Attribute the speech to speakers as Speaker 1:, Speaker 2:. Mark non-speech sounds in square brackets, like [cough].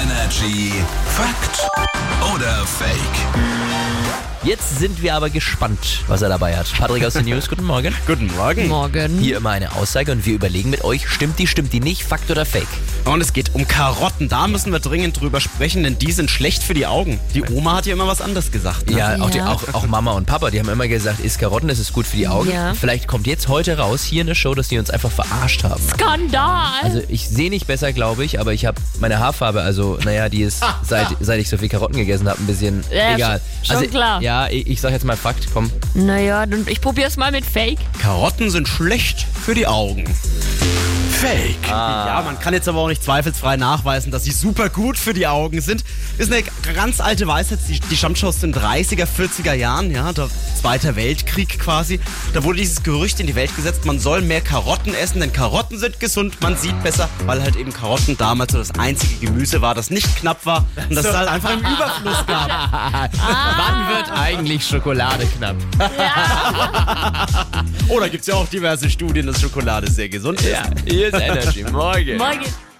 Speaker 1: Energy Fakt oder Fake?
Speaker 2: Jetzt sind wir aber gespannt, was er dabei hat. Patrick aus den News, guten Morgen.
Speaker 3: Guten Morgen.
Speaker 4: Morgen.
Speaker 2: Hier immer eine Aussage und wir überlegen mit euch, stimmt die, stimmt die nicht, Fakt oder Fake?
Speaker 3: Und es geht um Karotten. Da müssen wir dringend drüber sprechen, denn die sind schlecht für die Augen. Die Oma hat ja immer was anderes gesagt. Ne?
Speaker 2: Ja, Auch, die,
Speaker 4: Ja.
Speaker 2: auch, auch Mama und Papa, die haben immer gesagt, isst Karotten, das ist gut für die Augen.
Speaker 4: Ja.
Speaker 2: Vielleicht kommt jetzt heute raus, hier in der Show, dass die uns einfach verarscht haben.
Speaker 4: Skandal.
Speaker 2: Also ich sehe nicht besser, glaube ich, aber ich habe meine Haarfarbe, also naja, die [laughs] ist seit, seit ich so viel Karotten gegessen habe, ein bisschen
Speaker 4: Ja,
Speaker 2: egal.
Speaker 4: sch- schon
Speaker 2: also,
Speaker 4: klar.
Speaker 2: Ja, ich, ich sag jetzt mal Fakt, komm.
Speaker 4: naja, dann ich probier's mal mit Fake.
Speaker 3: Karotten sind schlecht für die Augen.
Speaker 1: Fake.
Speaker 3: Ja, man kann jetzt aber auch nicht zweifelsfrei nachweisen, dass sie super gut für die Augen sind. Ist eine ganz alte Weisheit, die, die stammt schon aus den 30er, 40er Jahren, ja, der Zweiter Weltkrieg quasi. Da wurde dieses Gerücht in die Welt gesetzt, man soll mehr Karotten essen, denn Karotten sind gesund, man sieht besser, weil halt eben Karotten damals so das einzige Gemüse war, das nicht knapp war und das es halt einfach im Überfluss gab.
Speaker 2: Wann
Speaker 4: Ah.
Speaker 2: wird eigentlich Schokolade knapp?
Speaker 3: Oder gibt's ja auch diverse Studien, dass Schokolade sehr gesund ist.
Speaker 2: Ja, hier ist Energy. Morgen.
Speaker 4: Morgen.